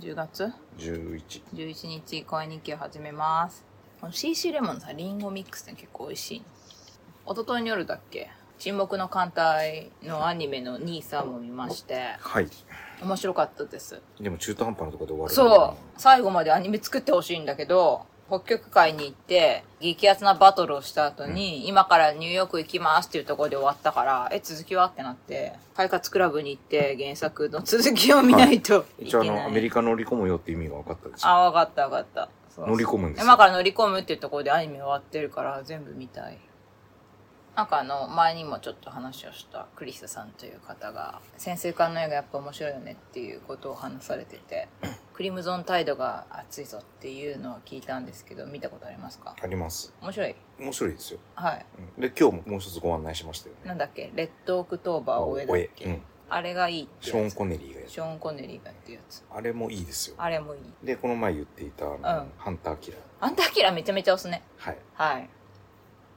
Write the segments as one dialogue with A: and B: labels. A: 10月
B: 11
A: 11日恋日記を始めますこの CC レモンのさリンゴミックスって結構美味しいの一昨日の夜だっけ沈黙の艦隊のアニメの兄さんも見まして
B: はい
A: 面白かったです
B: でも中途半端なところで終わる
A: そう最後までアニメ作ってほしいんだけど北極海に行って激アツなバトルをした後に、今からニューヨーク行きますっていうところで終わったからえ続きはってなって快活クラブに行って原作の続きを見ないとい
B: 一
A: け
B: 応
A: な
B: あ
A: い、
B: のアメリカ乗り込むよって意味が分かったです
A: あ、わかったわかった。そう
B: 乗り込むんですよ
A: 今から乗り込むっていうところでアニメ終わってるから全部見たい。なんかあの、前にもちょっと話をしたクリスさんという方が、潜水艦の絵がやっぱ面白いよねっていうことを話されて て、クリムゾン態度が熱いぞっていうのを聞いたんですけど、見たことありますか
B: あります
A: 面白い
B: 面白いですよ、
A: はい。
B: うんで今日ももう一つご案内しましたよね
A: なんだっけレッドオクトーバーを終えだっけ、
B: 終えうん
A: あれがいいって
B: ショー
A: や
B: ン・
A: つ。
B: コネリーがやる
A: ショーン・コネリーがやってるやつ。
B: あれもいいですよ
A: あれもいい。
B: でこの前言っていたあの、
A: うん
B: ハンター・キラー
A: あんたアキラめちゃめちゃ押すね。
B: はい
A: はい。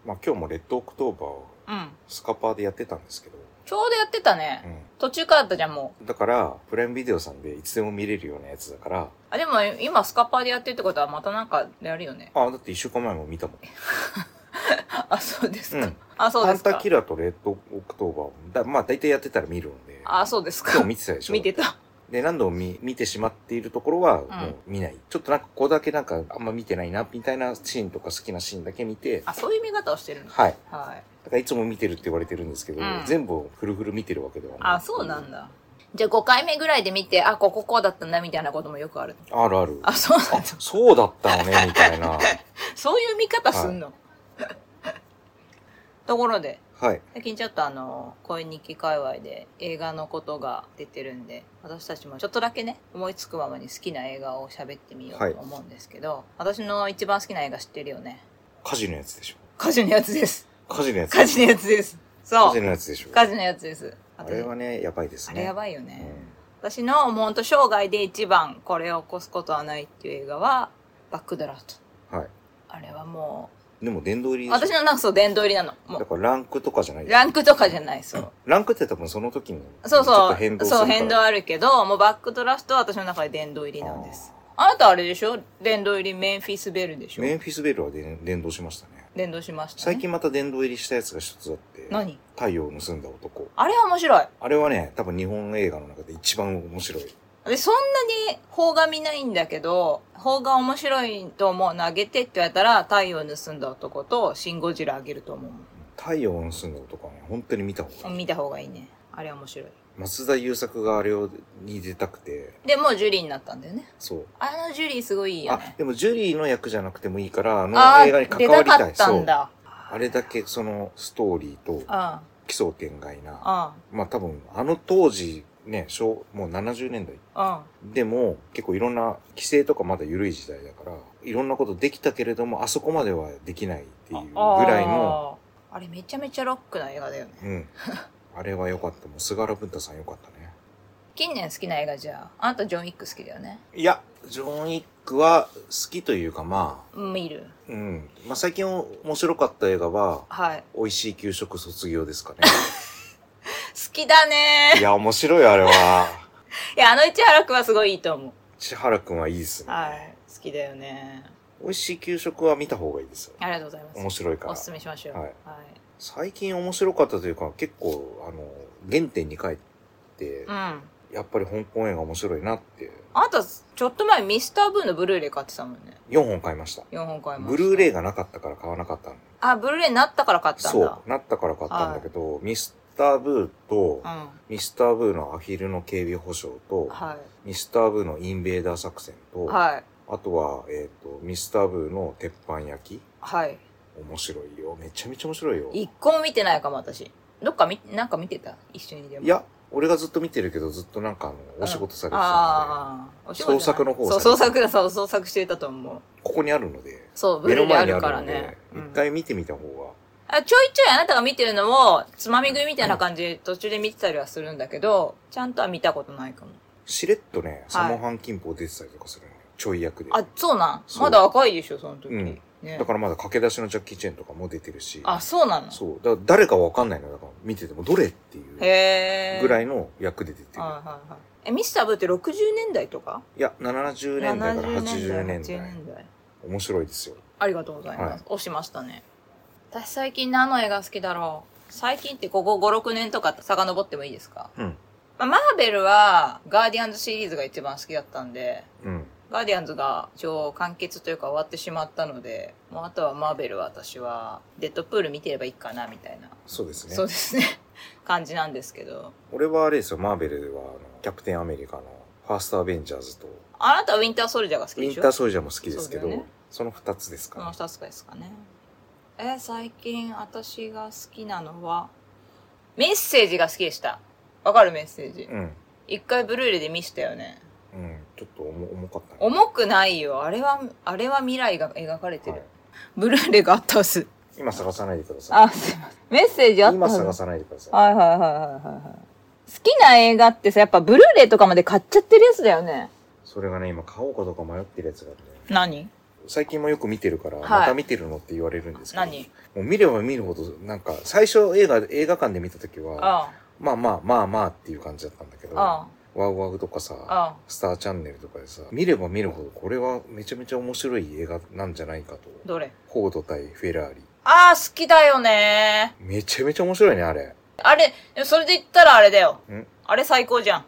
B: まあ今日もレッドオクトーバーを
A: うん。
B: スカパーでやってたんですけど、
A: ちょうどやってたね。
B: う
A: 途中からだったじゃん、もう。
B: ん、だからプライムビデオさんでいつでも見れるようなやつだから
A: あ、でも今スカパーでやってるってことはまたなんかやるよね。
B: あだって1週間前も見たもん
A: あ、そうですか。
B: うん
A: あ、そう
B: ハ
A: で
B: ン
A: す
B: タ
A: か。
B: ーキラーとレッドオクトーバーもだまあ大体やってたら見るんで
A: あ、そうです
B: 今
A: か
B: 日。見てたでしょ
A: 見てた。
B: で何度も見見てしまっているところはもう見ない、ちょっとなんかここだけなんかあんま見てないなみたいなシーンとか好きなシーンだけ見て
A: あ、そういう見方をしてるの。
B: はい
A: はい。
B: だからいつも見てるって言われてるんですけど、
A: うん
B: 全部をフルフル見てるわけではない
A: あ、そうなんだ。じゃあ5回目ぐらいで見て、あ、こここうだったんだみたいなこともよくある。
B: あるある
A: あ、そうなんだ
B: あ。そうだったのねみたいな
A: そういう見方すんの。 ところで、
B: はい
A: 最近ちょっとあの、恋日記界隈で映画のことが出てるんで、私たちもちょっとだけね、思いつくままに好きな映画を喋ってみよ
B: は
A: う
B: い
A: と思うんですけど、私の一番好きな映画知ってるよね。
B: 火事のやつでしょ
A: 火事のやつ です。
B: 火事のやつ
A: 火事のやつです。
B: 火
A: そ
B: 事
A: う。
B: のやつでしょ
A: 火事のやつです。
B: あれはねやばいです
A: あ
B: ね
A: れや
B: い、
A: ばいよね。
B: うん
A: 私のもうほんと生涯で一番これを起こすことはないっていう映画は、バックドラフト。
B: は
A: あれはも
B: いでも殿堂入
A: う、
B: りで
A: 私
B: し
A: のなんかそう殿堂入りなの。
B: ょ
A: も
B: だ
A: う、
B: からランクとかじゃないです
A: ランクとかじゃない、そう。
B: ランクって多分その時に
A: そう
B: ちょっ
A: そ
B: と変動
A: う。
B: するか
A: そう、
B: ら
A: 変動あるけど、もうバックドラフトは私の中で殿堂入りなんです。あなたあれでしょ殿堂入りメンフィスベルでしょ
B: メンフィスベルはで伝道しましたね。
A: 殿堂しました、ね。
B: 最近また殿堂入りしたやつが一つあって、
A: 何
B: 太陽を盗んだ男。
A: あれは面白い。
B: あれはね、多分日本映画の中で一番面白い。
A: で、そんなに邦画見ないんだけど、邦画面白いと思うのあげてって言われたら、太陽を盗んだ男とシンゴジラあげると思
B: 太陽を盗んだ男はね、本当に見た方
A: う。
B: がいい。
A: 見た方がいいね。あれは面白い。
B: 松田優作があれをに出たくて、
A: で、もうジュリーになったんだよね。
B: そう。
A: あのジュリーすごいいいよ
B: あ
A: ね、。
B: でもジュリーの役じゃなくてもいいから、あの
A: あ
B: 映画に
A: ー
B: 関
A: 出
B: わ
A: た
B: りたい。
A: かったん
B: そう。
A: だ。
B: あれだけそのストーリーと
A: あ
B: 奇想天外
A: あ、
B: な、
A: あ
B: まあ多分あの当時ね、昭もう70年代
A: あ、ああ。
B: でも結構いろんな規制とかまだ緩い時代だからいろんなことできたけれどもあそこまではできないっていうぐらいの
A: あーあれめちゃめちゃロックな映画だよね
B: うん あれは良かったもう菅原文太さん良かったね
A: 近年好きな映画じゃああなたジョン・ウィック好きだよね
B: いやジョン・ウィックは好きというかまあ
A: 見る
B: うん、まあ、最近面白かった映画は
A: はい
B: 美味しい給食卒業ですかね
A: 好きだね
B: いや面白いよあれはい
A: やあの市原くんはすごいいいと思
B: 千原くんはいいです
A: う
B: ね、
A: はい好きだよね
B: 美味しい給食は見た方がいいですよ
A: ありがとうございます
B: 面白いか
A: お
B: ら
A: すすめしましょう
B: はい
A: い
B: 最近面白かったというか結構あの原点に帰って、
A: うん
B: やっぱり香港映画面白いなって
A: あなたちょっと前ミスター・ブーのブルーレイ買ってたもんね
B: 4本買いました
A: 4本買いました
B: ブルーレイ
A: イ
B: がなかったから買わなかったの
A: あブルーレイになったから買ったん
B: そ
A: だ
B: うなったから買ったんだけど、ミスター・ブーと
A: う、ん
B: ミスター・ブーのアヒルの警備保障と、
A: は
B: ミスター・ブーのインベーダー作戦と、
A: いはい
B: あとは、えっ、と、ミスター・ブーの鉄板焼き。
A: はい
B: 面白いよ。めちゃめちゃ面白いよ。い
A: 一個も見てないかも私どっかみなんか見てた一緒にでも
B: や、俺がずっと見てるけど、ずっとなんかあの、お仕事されてたんで、
A: ああ、お仕事じゃない
B: 創作の方を
A: そう、
B: され
A: 創
B: てた
A: 作だ、そう、創作してたと思う。
B: ここにあるので、
A: そう、ブ
B: 目
A: ル
B: の
A: ーレイ
B: 前
A: あ
B: にあ
A: るか
B: る
A: ら
B: ので
A: ね、。
B: 一、
A: うん
B: 回見てみた方が、
A: あちょいちょいあなたが見てるのも、つまみ食いみたいな感じで途中で見てたりはするんだけど、ちゃんとは見たことないかも。
B: しれっとね、サモハン金峰出てたりとかするのよ。ちょい役で。
A: あ、そうなん
B: そう
A: まだ若いでしょ、その時。
B: うん
A: ね
B: だからまだ駆け出しのジャッキー・チェンとかも出てるし。
A: あ、そうなの
B: そう。だから誰かわかんないのよだから見てても、どれっていう
A: へえ。
B: ぐら
A: い。
B: いの役で出てる。
A: はいはいはい。えミスターブーって60年代とか
B: いや、70年代から80
A: 70
B: 年代。
A: 80代
B: 面白いですよ。
A: ありがとうございます
B: は、い
A: 押しましたね私最近何の映画好きだろう最近ってここ56年とか遡ってもいいですか、
B: うん。
A: まあ、マーベルはガーディアンズシリーズが一番好きだったんで
B: うん。
A: ガーディアンズが一応完結というか終わってしまったのでもうあとはマーベルは私はデッドプール見てればいいかなみたいな、
B: そうです
A: そう
B: ね。
A: ですね 感じなんですけど
B: 俺はあれですよ、マーベルでは、あの、キャプテンアメリカの、ファーストアベンジャーズと、
A: あなたはウィンターソルジャーが好き
B: ウ
A: で
B: ィ
A: し
B: ン
A: ょ
B: ターソルジャーも好きですけ
A: そ
B: ど、
A: うだ
B: そ,、
A: よね
B: の二つです
A: この
B: か、ね。
A: 2つですかねえ最近私が好きなのはメッセージが好きでしたわかるメッセージ
B: うん。
A: 一回ブルーレイで見せたよね
B: うん。ちょっと重重かったね。
A: 重くないよあれはあれは未来が描かれてる、
B: はい
A: ブルーレイがあったはず
B: 今探さないでくださ
A: あすいませんメッセージ
B: い。
A: あった
B: 今
A: はず
B: 探さないでくださ
A: はいはいはいはいはいはい好きな映画ってさやっぱブルーレイとかまで買っちゃってるやつだよね
B: い。それがね、今買おうかどうか迷ってるやつがあって、
A: 何
B: 最近もよく見てるから、
A: はい
B: また見てるのって言われるんですけど、
A: 何
B: もう見れば見るほど、なんか、最初映画、映画館で見た時は、
A: あ
B: まあまあまあまあっていう感じだったんだけど、ワ
A: あ
B: ウワウとか
A: あ
B: さ、
A: あ
B: スターチャンネルとかでさ、見れば見るほど、これはめちゃめちゃ面白い映画なんじゃないかと。
A: どれ
B: フォード対フェラーリ。
A: ああ好きだよね
B: めちゃめちゃ面白いね、あれ。
A: あれ、でもそれで言ったらあれだよ
B: ん。
A: あれ最高じゃん。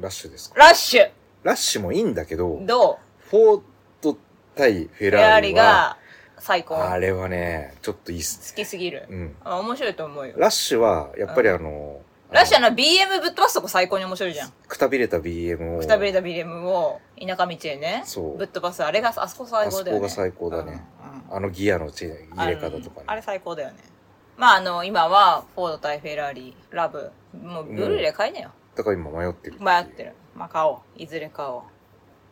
B: ラッシュですか
A: ラッシュ
B: ラッシュもいいんだけど、
A: どう
B: フォード対フェ
A: フェ
B: ラ
A: ア
B: ー
A: リ
B: リは、
A: が最高。
B: あ
A: 好
B: れはね、ちょっといいっす
A: きすぎる。
B: ね。うん。
A: あ面白いと思うよ。
B: ラッシュは、やっぱりあの、
A: ラッシュ
B: あ
A: あの BM ぶっ飛ばすとこ最高に面白いじゃん。
B: のくたびれた BM を、
A: くたびれた BM を田舎道へね、
B: そう
A: ぶっ飛ばす。あれがあそこ最高だよね。
B: あそこが最高だね
A: うん。うん
B: あのギアのチェ入れ方と
A: あ
B: か
A: のあれ
B: ね。
A: 最高だよね。まああの、今はフォード対フェラーリ、ラブ。もうブルーレイ買いなよ。
B: だから今迷ってる。
A: 迷って。る。まあ、買おう。いずれ買おう。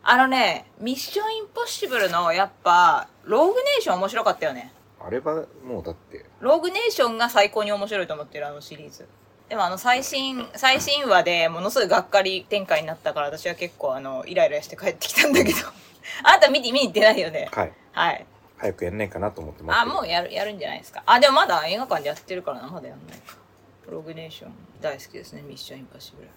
A: あのね、ミッションインポッシブルの、やっぱ、ローグネーション面白かったよね。
B: あれはもうだって、
A: ローグネーションが最高に面白いと思ってる、あのシリーズ。でもあの最新、最新話でものすごいがっかり展開になったから、私は結構あの、イライラして帰ってきたんだけど。 あなた見て、見に行ってないよね。
B: はい。
A: はい。
B: 早くやんないかなと思って待
A: あ、
B: ってる
A: もうやる、やるんじゃないですか。あ、でもまだ映画館でやってるからな、まだやんないか。ローグネーション大好きですね、ミッションインポッシブル。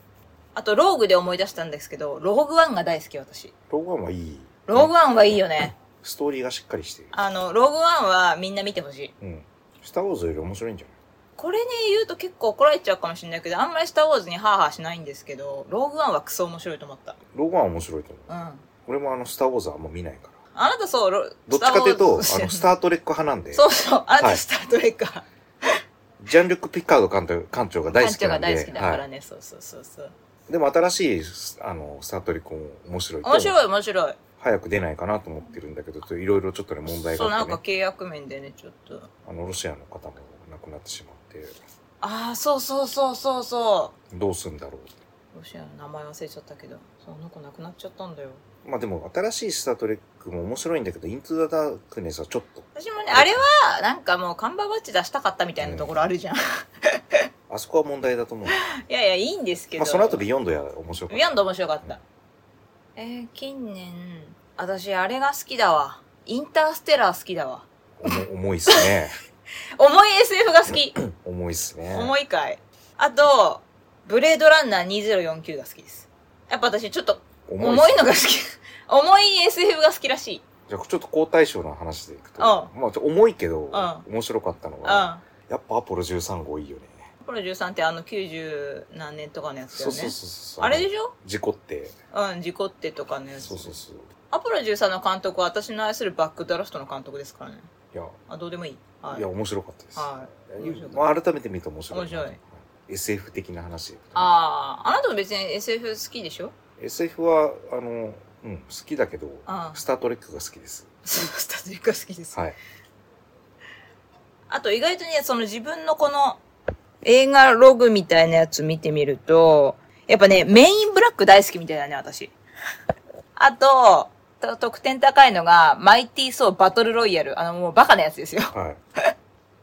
A: あと、ローグで思い出したんですけど、ローグワンが大好き、私。
B: ローグワンはいい。
A: ローグワンはいいよね。
B: ストーリーがしっかりしている。
A: あの、ローグワンはみんな見てほしい。
B: うん。スターウォーズより面白いんじゃない
A: これね、言うと結構怒られちゃうかもしれないけど、あんまりスターウォーズにハーハーしないんですけど、ローグワンはクソ面白いと思った。
B: ローグワンは面白いと思う。
A: うん。あ
B: 俺もあの、スターウォーズはあんま見ないから。
A: なたそう、ロ
B: どっちかというと、あ の、
A: スターウォーズ
B: スタートレック派なんで、
A: そうそう、あな
B: は
A: た
B: い
A: スタートレッカー。
B: ジャンルック・ピカード監督館長が大好
A: 館
B: き
A: 長が
B: なんで、
A: 大好きだから
B: は
A: ね、そうそうそうそう。
B: い。でも新しい、あの、スタートレックも面白いと。
A: 面白い面白い。
B: 早く出ないかなと思ってるんだけど、ちょっといろいろちょっとね、問題
A: そう、
B: があ
A: なん
B: って、
A: か
B: ね、
A: 契約面でね、ちょっと。
B: あの、ロシアの方も亡くなってしまって、
A: ああ、そうそうそうそうそ
B: どうすんだろうって
A: う。ロシアの名前忘れちゃったけど、そう、あの子亡くなっちゃったんだよ。
B: まあでも、新しいスタートレックも面白いんだけど、イントゥ・ザ・ダークネスはちょっと、
A: 私もね、あれは、なんかもうカンバーバッチ出したかったみたいなところあるじゃん。い
B: あそこは問題だと思う。
A: やいや、いいんですけど。
B: まあその後ビヨンドや面白かった。
A: ビヨンド面白かった。えー、近年、私あれが好きだわ。インターステラー好きだわ。
B: 重重いっす ね。
A: 重い SF が好き。
B: 重いっすね。
A: 重いかい。あと、ブレードランナー2049が好きです。やっぱ私ちょっと重い
B: っす
A: のが好き。 重い SF が好きらしい。
B: じゃあちょっと好対象の話でいくと、
A: うん
B: まあちょ重いけど、
A: う
B: 面白かったの
A: うん。
B: が、やっぱアポロ13号いいよね。
A: この13ってあの90何年とかのやつだ
B: そ
A: よ
B: うそ
A: ね。
B: うそうそう。
A: あれでしょ
B: 事故って。
A: うん、事故ってとかのやつ
B: そう。そうそう。
A: アポロ13の監督は私の愛するバックドラフトの監督ですからね。
B: いや、、
A: あ、どうでもいい。はいい
B: や、。面白かったです。
A: はい。面白かった
B: まあ改めて見ると面白いなと。
A: 面白い
B: は SF 的な話でいくと。
A: ああ、あなたも別に SF 好きでしょ
B: SF は、あの、うん、好きだけど、
A: ああ
B: スタートレックが好きです。
A: そう、スタジオが好きです。
B: はい。
A: あと意外とね、その自分のこの映画ログみたいなやつ見てみると、やっぱね、メインブラック大好きみたいだね、 私。あと、と得点高いのが、マイティー・ソー・バトル・ロイヤル。あの、もうバカなやつですよ。
B: はい。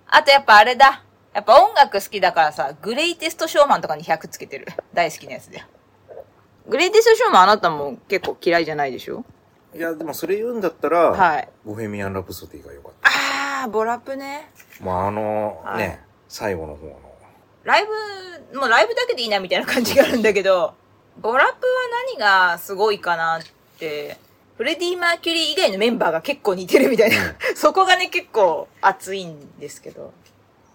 A: あとやっぱあれだ。やっぱ音楽好きだからさ、グレイテストショーマンとかに100つけてる。大好きなやつだよ。グレイテストショーマンあなたも結構嫌いじゃないでしょ
B: いや、でもそれ言うんだったら、
A: はい。
B: ボヘミアン・ラプソディが良かっ
A: あー、ボラップね。
B: た。まああの、
A: はい
B: ね、最後の方の、
A: ライブ、もうライブだけでいいなみたいな感じがあるんだけど、ボラプは何がすごいかなって、フレディ・マーキュリー以外のメンバーが結構似てるみたいな、 そこがね、結構熱いんですけど。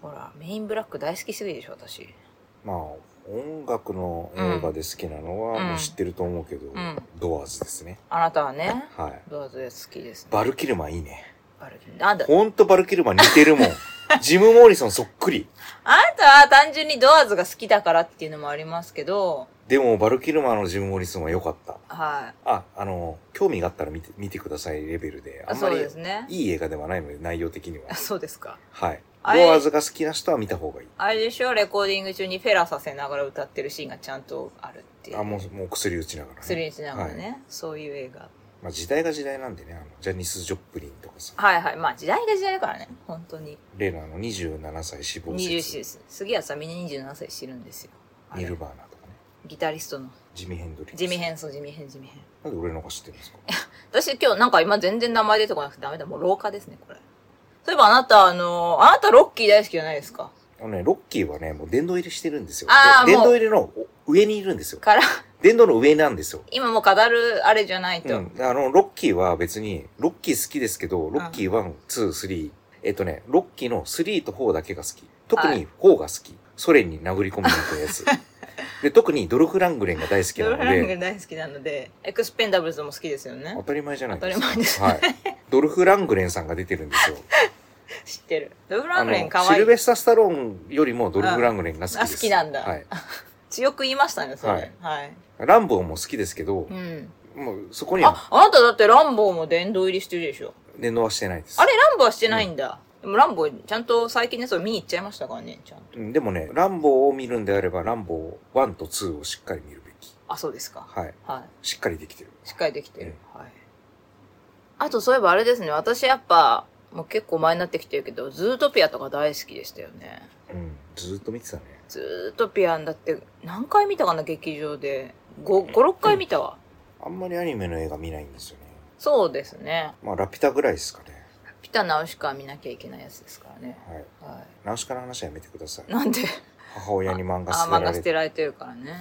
A: ほら、メインブラック大好きすぎでしょ、私。
B: まあ、音楽の映画で好きなのは
A: うん
B: もう知ってると思うけど、
A: ん
B: ドアーズですね。
A: あなたはね、
B: はい。
A: ドアーズ好きですね。
B: バルキルマンいいね。
A: バルキリー。あんた、
B: ほんとバルキルマン似てるもん。ジム・モーリソンそっくり。
A: あなたは単純にドアーズが好きだからっていうのもありますけど、
B: でも、バルキルマンのジム・モーリソンは良かった。
A: は
B: あ、あの、興味があったら見て見てくださいレベルで。
A: い。
B: あ
A: あ
B: んま
A: そう
B: り
A: ですね。
B: いい映画ではないので、内容的には
A: あ。そうですか。
B: はい。ド
A: あれ
B: アーズが好きな人は見た方がいい。
A: あれでしょレコーディング中にフェラーさせながら歌ってるシーンがちゃんとあるっていう。
B: あ、もう、もう薬打ちながら、ね。
A: 薬にしながらね、
B: はい
A: そういう映画。
B: まあ時代が時代なんでね、あの、ジャニス・ジョプリンとかさ、
A: はいはい。まあ時代が時代だからね。本当に。
B: レナの27歳死亡
A: 20
B: 説、
A: 歳、杉谷さんみんな27歳知るんですよ。あれ
B: ニルバーナとかね、
A: ギタリストの。
B: ジミ・ヘンドリックス。
A: 地味変そう、地味変、地味変。
B: なんで俺の方が知ってるんですか
A: 私今日なんか今全然名前出てこなくてダメだ。もう廊下ですね、これ。そういえばあなた、あのあなたロッキー大好きじゃないですか。
B: あのね、ロッキーはね、もう殿堂入りしてるんですよ。
A: あー
B: で
A: も
B: 殿
A: う
B: 堂入りのお上にいるんですよ。
A: から、
B: 殿堂の上なんですよ。
A: 今もう語るあれじゃないと。
B: うん、あの、ロッキーは別に、ロッキー好きですけど、ロッキー1、2、3。えっとね、ロッキーの3と4だけが好き。特
A: は
B: に4が好き。ソ連に殴り込みに行ったや つ。で、特にドルフ・ラングレンが大好き
A: ドル
B: なの
A: フ・ラング
B: で、
A: 大好きなので、エクスペンダブルズも好きですよね
B: 当。たり前じゃないです
A: 当
B: か。
A: たり前です
B: はい。ドルフ・ラングレンさんが出てるんですよ。
A: 知ってる。ドルフ・ラ
B: あ
A: ン
B: の
A: グレン可
B: シ
A: 愛
B: ル
A: い。
B: ベスタ・スタローンよりもドルフ・ラングレンが好きです。
A: あ好きなんだ
B: はい。
A: 強く言いましたね、それ。はい。
B: ランボーも好きですけど
A: う、ん。
B: もうそこには
A: あ、あなただってランボーも殿堂入りしてるでしょ。
B: 電動はしてないです。
A: あれ、ランボーはしてないんだ。でもランボー、ちゃんと最近のやつを見に行っちゃいましたからね、ちゃんと。
B: うんでもね、ランボーを見るんであれば、ランボー1と2をしっかり見るべき。
A: あ、そうですか。
B: はい。
A: は
B: しっかりできてる。
A: い。しっかりできてる。はい。あと、そういえばあれですね、私やっぱ、もう結構前になってきてるけど、ズートピアとか大好きでしたよね。
B: うん。ずーっと見てたね。
A: ズートピアンだって、何回見たかな、劇場で。5、5、6回見たわ。
B: あんまりアニメの映画見ないんですよね。
A: そうですね。
B: まあ、ラピュタぐらいですかね。
A: ピタナウシカは見なきゃいけないやつですからね。
B: はい。
A: は
B: ナウシカの話はやめてください
A: い。。なんで
B: 母親に漫画
A: あ
B: 捨、て
A: 漫
B: ら
A: 画
B: れ
A: 捨
B: て。
A: てられてるからね。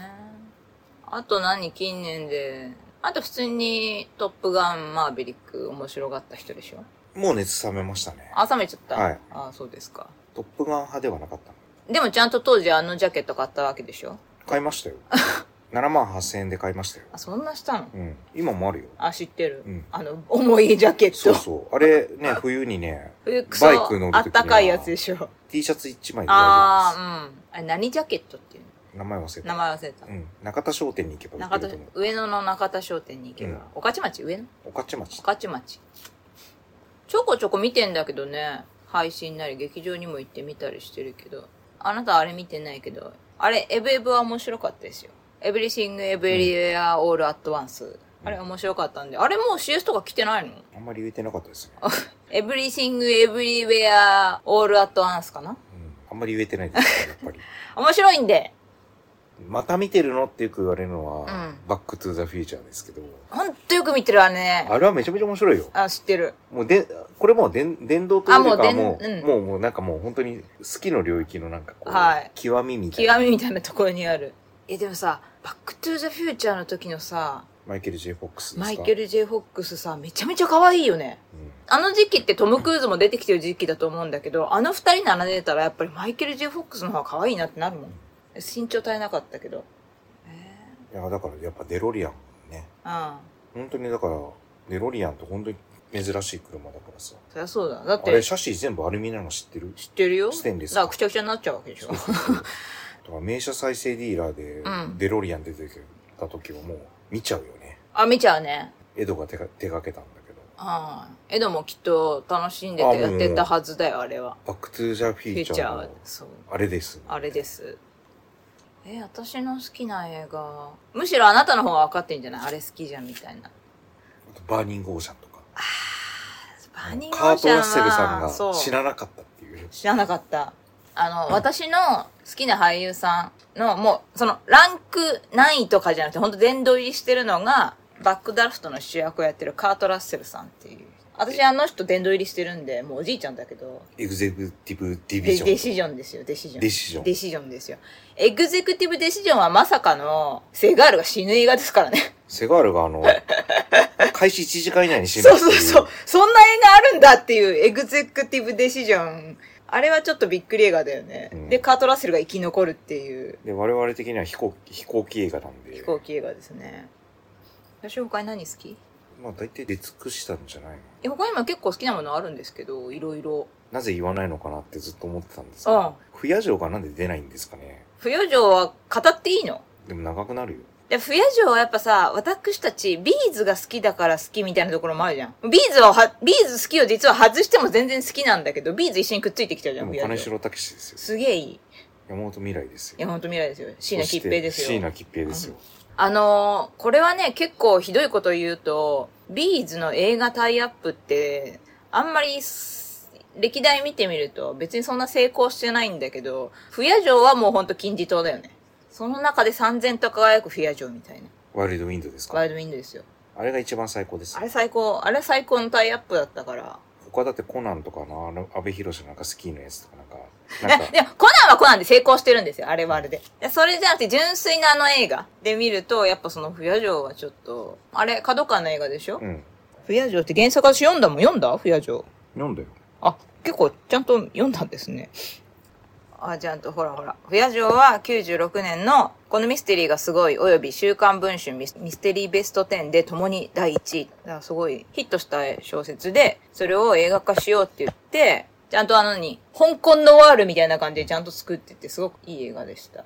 A: あと何近年で、あと普通にトップガンマーヴェリック面白がった人でしょ
B: もう熱冷めましたね。
A: あ、冷めちゃった。
B: はい
A: あ、そうですか。
B: トップガン派ではなかったの。
A: でもちゃんと当時あのジャケット買ったわけでしょ
B: 買い ましたよ。7万8000円で買いましたよ。
A: あ、そんなしたの
B: うん。今もあるよ。
A: あ、知ってる。
B: うん
A: あの、重いジャケッ
B: そう
A: ト。
B: そう。あれね、冬にね、
A: 冬ク
B: バイク乗る時に
A: ソ、
B: は
A: あったかいやつでしょ。
B: T シャツ1枚で大丈夫
A: ああ、うん。あれ何ジャケットっていうの
B: です。名前忘れ
A: 名
B: た。
A: 前忘れた。
B: うん。中田商店に行けば売っ
A: 中
B: て
A: 田
B: ると思う、。
A: 上野の中田商店に行けば。御、徒、町上野
B: 御徒町
A: 御。徒町ちょこちょこ見てんだけどね配信なり劇場にも行ってみたりしてるけどあなたあれ見てないけどあれエブエブは面白かったですよエブリシングエブリウェアオールアットワンスあれ面白かったんであれもう CS とか来てないの
B: あんまり言えてなかったですね。
A: エブリシングエブリウェアオールアットワンスかな
B: うん。あんまり言えてないですねやっぱり。
A: 面白いんで
B: また見てるのってよく言われるのは、
A: うん
B: バックトゥザフューチャーですけど、
A: ほんとよく見てるわね
B: あれはめちゃめちゃ面白いよ。
A: あ知ってる
B: もうで、これもう伝、伝道というよりか
A: あ
B: は
A: も
B: も
A: う
B: う、
A: 伝うん
B: もう、もうなんかもう本当に好きの領域のなんかこう、
A: はい
B: 極みみたい
A: 極
B: な。
A: みみたいなところにあるえでもさバックトゥザフューチャーの時のさ
B: マイケル・ J ・フォックスですか
A: マイケ
B: ル、
A: ル・ J ・フォックスさめちゃめちゃ可愛いよね
B: うん
A: あの時期ってトム・クルーズも出てきてる時期だと思うんだけどあの二人並んでたらやっぱりマイケル・ J ・フォックスの方が可愛いなってなるもん身長足りなかったけど
B: いや、だからやっぱデロリアンね。
A: うん
B: 本当にだから、デロリアンって本当に珍しい車だからさ。
A: そりゃそうだだっ
B: あれ、
A: て
B: シャシー全部アルミなの知ってる
A: 知ってるよ
B: ステンレス
A: だからくちゃくちゃになっちゃうわけでしょ
B: そうそうそうだから名車再生ディーラーで
A: うん
B: デロリアン出てきた時はもう見ちゃうよね。
A: あ見ちゃうね
B: エドが手が手がけたんだけど。
A: うんエドもきっと楽しんでてやってたはずだよあれは
B: バックトゥーザフ
A: フ
B: ュ
A: ュ
B: ー
A: ー
B: チ
A: チ
B: ャ
A: ャ
B: ー
A: ー
B: の
A: そう
B: あれです。
A: あれですえ私の好きな映画むしろあなたの方が分かってんじゃないあれ好きじゃんみたいな
B: あとバーニングオーシャンとか。
A: バーニングオ
B: カ
A: ー
B: ー
A: シ
B: ト・
A: ャン
B: ラ
A: は
B: ッセルさん
A: そう
B: が知らなかったっていう。
A: 知らなかったあの、私の好きな俳優さんのもうそのランク何位とかじゃなくて本当殿堂入りしてるのがバックダラフトの主役をやってるカート・ラッセルさんっていう私あの人殿堂入りしてるんで、もうおじいちゃんだけど、
B: エグゼクティブディビ
A: デ
B: ジ
A: デ
B: ョン。
A: シジョンですよ、デシジョン。
B: デシジョン
A: デシジョンですよ。エグゼクティブデシジョンはまさかの、セガールが死ぬ映画ですからね。
B: セガールがあ の、開始1時間以内に死ぬ
A: そうそうそう。。そんな映画あるんだっていうエグゼクティブデシジョン。あれはちょっとびっくり映画だよね。
B: うん
A: で、カート・ラッセルが生き残るっていう
B: で、我々的には飛行機、飛行機映画なんで。
A: 飛行機映画ですね。私他に何好き
B: まあ大体出尽くしたんじゃないの
A: え他にも結構好きなものあるんですけど、いろいろ。
B: なぜ言わないのかなってずっと思ってたんですけ
A: うん
B: ど。。不夜城がなんで出ないんですかね。
A: 不夜城は語っていいの
B: でも長くなるよ。
A: で、不夜城はやっぱさ、私たち、ビーズが好きだから好きみたいなところもあるじゃん。ビーズはは、ビーズ好きを実は外しても全然好きなんだけど、ビーズ一緒にくっついてきちゃうじ
B: で
A: ゃん、
B: も
A: 不
B: 金
A: 夜城。
B: 城武史ですよ。
A: すげえいい。
B: 山本未来ですよ。
A: 山本未来ですよ。椎名桔平です
B: 椎
A: よ。
B: 名桔平ですよ。
A: あのーこれはね、結構ひどいこと言うと、ビーズの映画タイアップって、あんまりす、歴代見てみると別にそんな成功してないんだけど、不夜城はもうほんと金字塔だよね。その中で3000と輝く不夜城みたいな。
B: ワイルドウィンドですか
A: ワイルドウィンドですよ。
B: あれが一番最高です
A: あ。れ最高、あれ最高のタイアップだったから。
B: 他だってコナンとかの、あの、安倍博士なんかスキーのやつとかなんか、なんか
A: え、、でも、コナンはコナンで成功してるんですよ。あれはあれで。でそれじゃなくて、純粋なあの映画で見ると、やっぱその、不夜城はちょっと、あれ、角川の映画でしょ
B: うん。
A: 不夜城って原作私読んだもん。読んだ不夜城。
B: 読んだよ。
A: あ、結構ちゃんと読んだんですね。あ、ちゃんと、ほらほら。不夜城は96年の、このミステリーがすごい、および週刊文春ミスミステリーベスト10で共に第1位。だからすごいヒットした小説で、それを映画化しようって言って、ちゃんとあのに、香港のワールみたいな感じでちゃんと作ってて、すごくいい映画でした。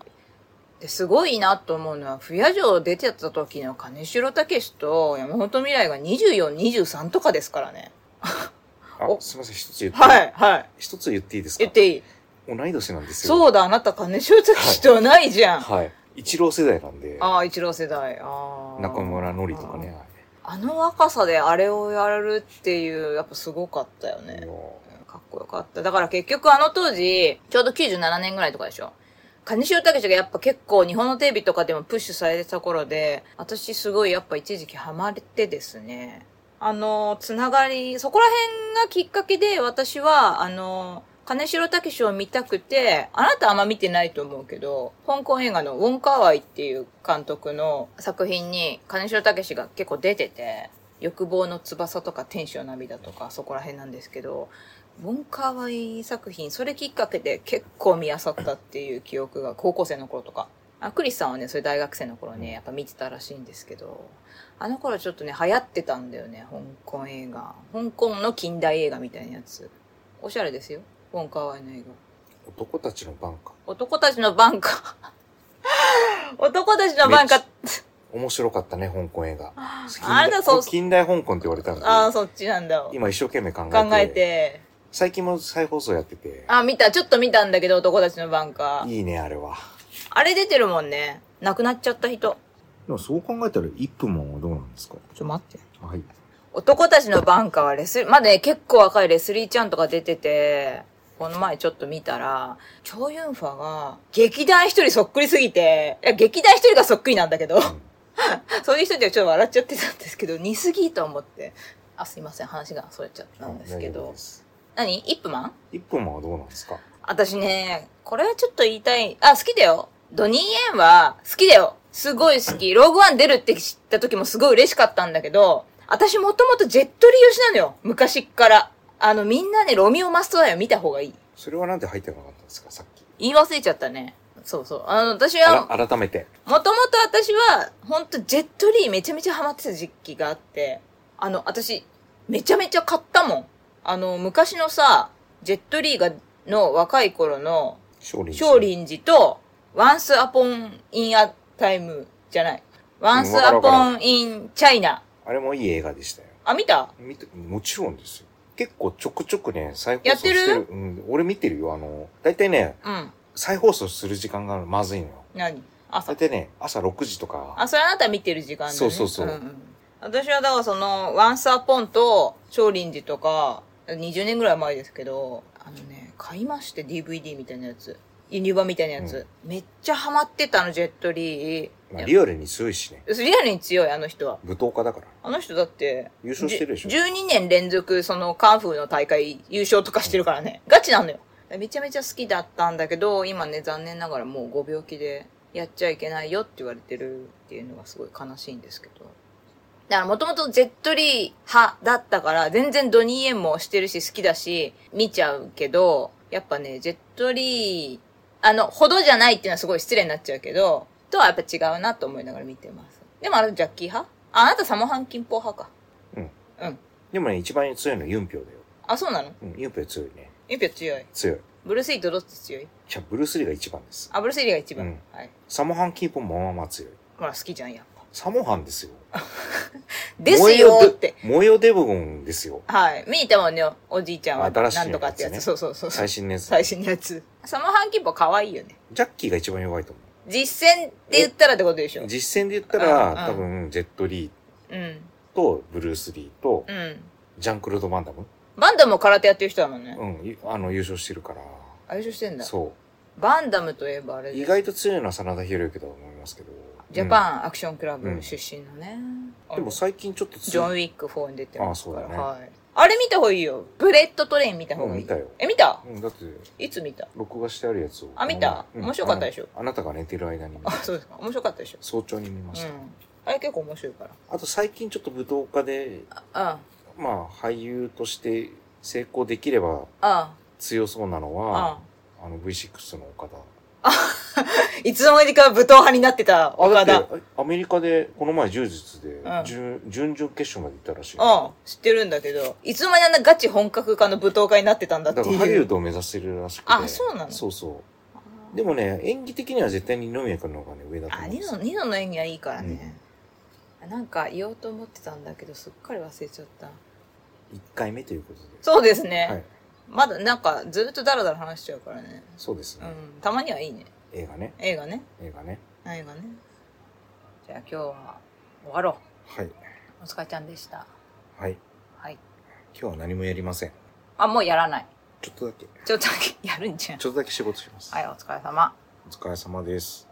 A: ですごいなと思うのは、不夜城出てた時の金城武と山本未来が24、23とかですからね。
B: あ、
A: お
B: すみません、一つ言って、
A: はい、はい。
B: 一つ言っていいですか
A: 言っていい。
B: 同い年なんですよ。
A: そうだ、あなた金城武とはないじゃん。
B: はい。一郎世代なんで、
A: ああ、一郎世代。ああ。
B: 中村のりとかね。はい
A: あの若さであれをやるっていう、やっぱすごかったよね。
B: も
A: かっこよかった。だから結局あの当時、ちょうど97年ぐらいとかでしょ。金城武がやっぱ結構日本のテレビとかでもプッシュされてた頃で、私すごいやっぱ一時期ハマってですね。あの、つながり、そこら辺がきっかけで私は、あの、金城武を見たくて、あなたあんま見てないと思うけど、香港映画のウォンカーワイっていう監督の作品に金城武が結構出てて、欲望の翼とか天使の涙とかそこら辺なんですけど、ウォンカーワイ作品、それきっかけで結構見漁ったっていう記憶が高校生の頃とか。あクリスさんはね、それ大学生の頃ね、やっぱ見てたらしいんですけど、あの頃ちょっとね、流行ってたんだよね、香港映画。香港の近代映画みたいなやつ。おしゃれですよ、ウォンカーワイの映画。
B: う男たちのバンカ
A: 男たちのバンカ ー。男たちのバンカー。
B: 面白かったね、香港映画。
A: あれだそう
B: 近代香港って言われたんで、
A: ああ、そっちなんだ。
B: 今一生懸命考えて。
A: 考えて。
B: 最近も再放送やってて、
A: あ、見た。ちょっと見たんだけど、男たちのバンカー。
B: いいね、あれは。
A: あれ出てるもんね。亡くなっちゃった人。
B: でもそう考えたら、一分もどうなんですか
A: ちょ、待って。
B: はい。
A: 男たちのバンカーはレスリー、まだね、結構若いレスリーちゃんとか出てて、この前ちょっと見たら、チョウユンファが、劇団一人そっくりすぎて、いや、劇団一人がそっくりなんだけど、 そういう人でちょっと笑っちゃってたんですけど、似すぎと思って。あ、すいません、話がそれちゃったんですけ
B: 大丈夫
A: ど
B: で。す
A: 何イップマン
B: 一分もどうなんですか
A: 私ね、これはちょっと言いたい。あ、好きだよ。ドニー・イエンは好きだよ。すごい好き。ローグワン出るって知った時もすごい嬉しかったんだけど、私もともとジェットリー推しなのよ。昔っから。あの、みんなね、ロミオ・マストダイを見た方がいい。
B: それはなんで入ってなかったんですか、さっき。
A: 言い忘れちゃったね。そうそう。あの、私
B: あ
A: は、
B: ら改めて。
A: もともと私は、ほんとジェットリーめちゃめちゃハマってた時期があって、あの、私、めちゃめちゃ買ったもん。あの、昔のさ、ジェットリーが、の若い頃の、
B: 勝利。
A: 少。林寺と、ワンスアポンインアタイムじゃない。ワンスアポンインチャイナ。
B: あれもいい映画でしたよ。
A: あ、見た
B: 見て、もちろんですよ。結構ちょくちょくね、再放
A: や
B: 送
A: っ
B: してて
A: る
B: る。うん、俺見てるよ。あの、大体ね、
A: うん。
B: 再放送する時間がまずいのよ。
A: 何朝
B: 大。体ね、朝6時とか、
A: あ、それあなた見てる時間だね。
B: そうそうそうん
A: ん私はだからその、ワンスアポンと少林寺とか、20年ぐらい前ですけど、あのね、買いまして DVD みたいなやつ。ユニバみたいなやつ。めっちゃハマってたの、ジェットリー。
B: まあ、リアルに強いしね。
A: リアルに強い、あの人は。
B: 舞踏家だから。
A: あの人だって、
B: 優勝してるでしょ
A: じゅ12年連続、その、カンフーの大会優勝とかしてるからね。ガチなのよ。めちゃめちゃ好きだったんだけど、今ね、残念ながらもうご病気で、やっちゃいけないよって言われてるっていうのがすごい悲しいんですけど。だからもともとジェットリー派だったから、全然ドニーエンもしてるし好きだし、見ちゃうけど、やっぱね、ジェットリー、あの、ほどじゃないっていうのはすごい失礼になっちゃうけど、とはやっぱ違うなと思いながら見てます。でもあれジャッキー派あ、あなたサモハンキンポ派か。
B: うん。
A: うん。
B: でもね、一番強いのはユンピョウだよ。
A: あ、そうなの
B: うん、ユンピョウ強いね。
A: ユピョ強い。
B: 強い。
A: ブルースリーとどっち強い
B: じゃあ、ブルース・リーが一番です。
A: あ、ブルースリーが一番。
B: うん
A: はい。
B: サモハン・キーポンもまあまあ強い。
A: ほら、好きじゃん、やっぱ。
B: サモハンですよ。
A: ですよーって。
B: モヨデモヨデブゴンですよ。
A: はい。見に行ったもんね、おじいちゃんは。
B: 新しいや
A: な
B: つね
A: んとかってやつ。そうそうそうそう。
B: 最新のやつ。
A: 最新のやつ。サモハンキンポ可愛いよね。
B: ジャッキーが一番弱いと思
A: 実践って言ったらってことでしょ
B: う。。実戦で言った
A: うんうん
B: ら、多分、ジェット・リー
A: うん。
B: と、ブルース・リーと、
A: うん。
B: ジャンクルード・バンダム。
A: バンダムも空手やってる人だもんね。
B: うん、ゆあの、優勝してるから。
A: あ優勝してんだ。
B: そ
A: バンダムといえばあれ
B: う。
A: で
B: 意外と強いのは真田広之だと思いますけど。
A: ジャパンアクションクラブ出身のね。
B: うんでも最近ちょっと
A: ジョン・ウ
B: 強い。
A: ィック4に出てますから。
B: あそうだね
A: はい。あれ見た方がいいよ。ブレッドトレイン見た方がいい。
B: うん見たよ
A: え、見た
B: うん、だって、
A: いつ見た
B: 録画してあるやつを。
A: あ見た
B: うん
A: 面白かったでしょ
B: あのあなたが寝てる間に見
A: あ
B: た、
A: そうですか。面白かったでしょ。
B: 早朝に見ま
A: う
B: した。
A: ん。あれ結構面白いか
B: あと最近ちょっと武道家で、
A: ら。うん。
B: まあ俳優として成功できれば
A: あ
B: 強そうなのは、あの V6 の岡田。
A: いつの間にか武闘派になってた岡田。う
B: だってアメリカでこの前柔術で
A: うん
B: 準、準々決勝まで行ったらしい。
A: ん。知ってるんだけど、いつの間にあんなガチ本格化の武闘家になってたんだ
B: だ
A: って
B: からハリ
A: い
B: ウッ
A: う。
B: ドを目指してるらしくて。
A: あそうなの
B: そうそう。でもね、演技的には絶対に二宮君の方がね、上だと思
A: あ、
B: うんで
A: ニ
B: す
A: ノ、
B: よ。
A: ニノの演技はいいからね。なんか言おうと思ってたんだけど、すっかり忘れちゃった。
B: 一回目ということで。
A: そうですね。
B: はい。
A: まだなんかずっとダラダラ話しちゃうからね。
B: そうです
A: う
B: ね。
A: ん。たまにはいいね。
B: 映画ね。
A: 映画ね。
B: 映画ね。
A: 映画ね。じゃあ今日は終わろ
B: はい。
A: う。お疲れちゃんでした。
B: はい。
A: はい。
B: 今日は何もやりません。
A: あ、もうやらない。
B: ちょっとだけ。
A: ちょっとだけやるんじゃん
B: ち。ょっとだけ仕事します。
A: はい、お疲れ様。
B: お疲れ様です。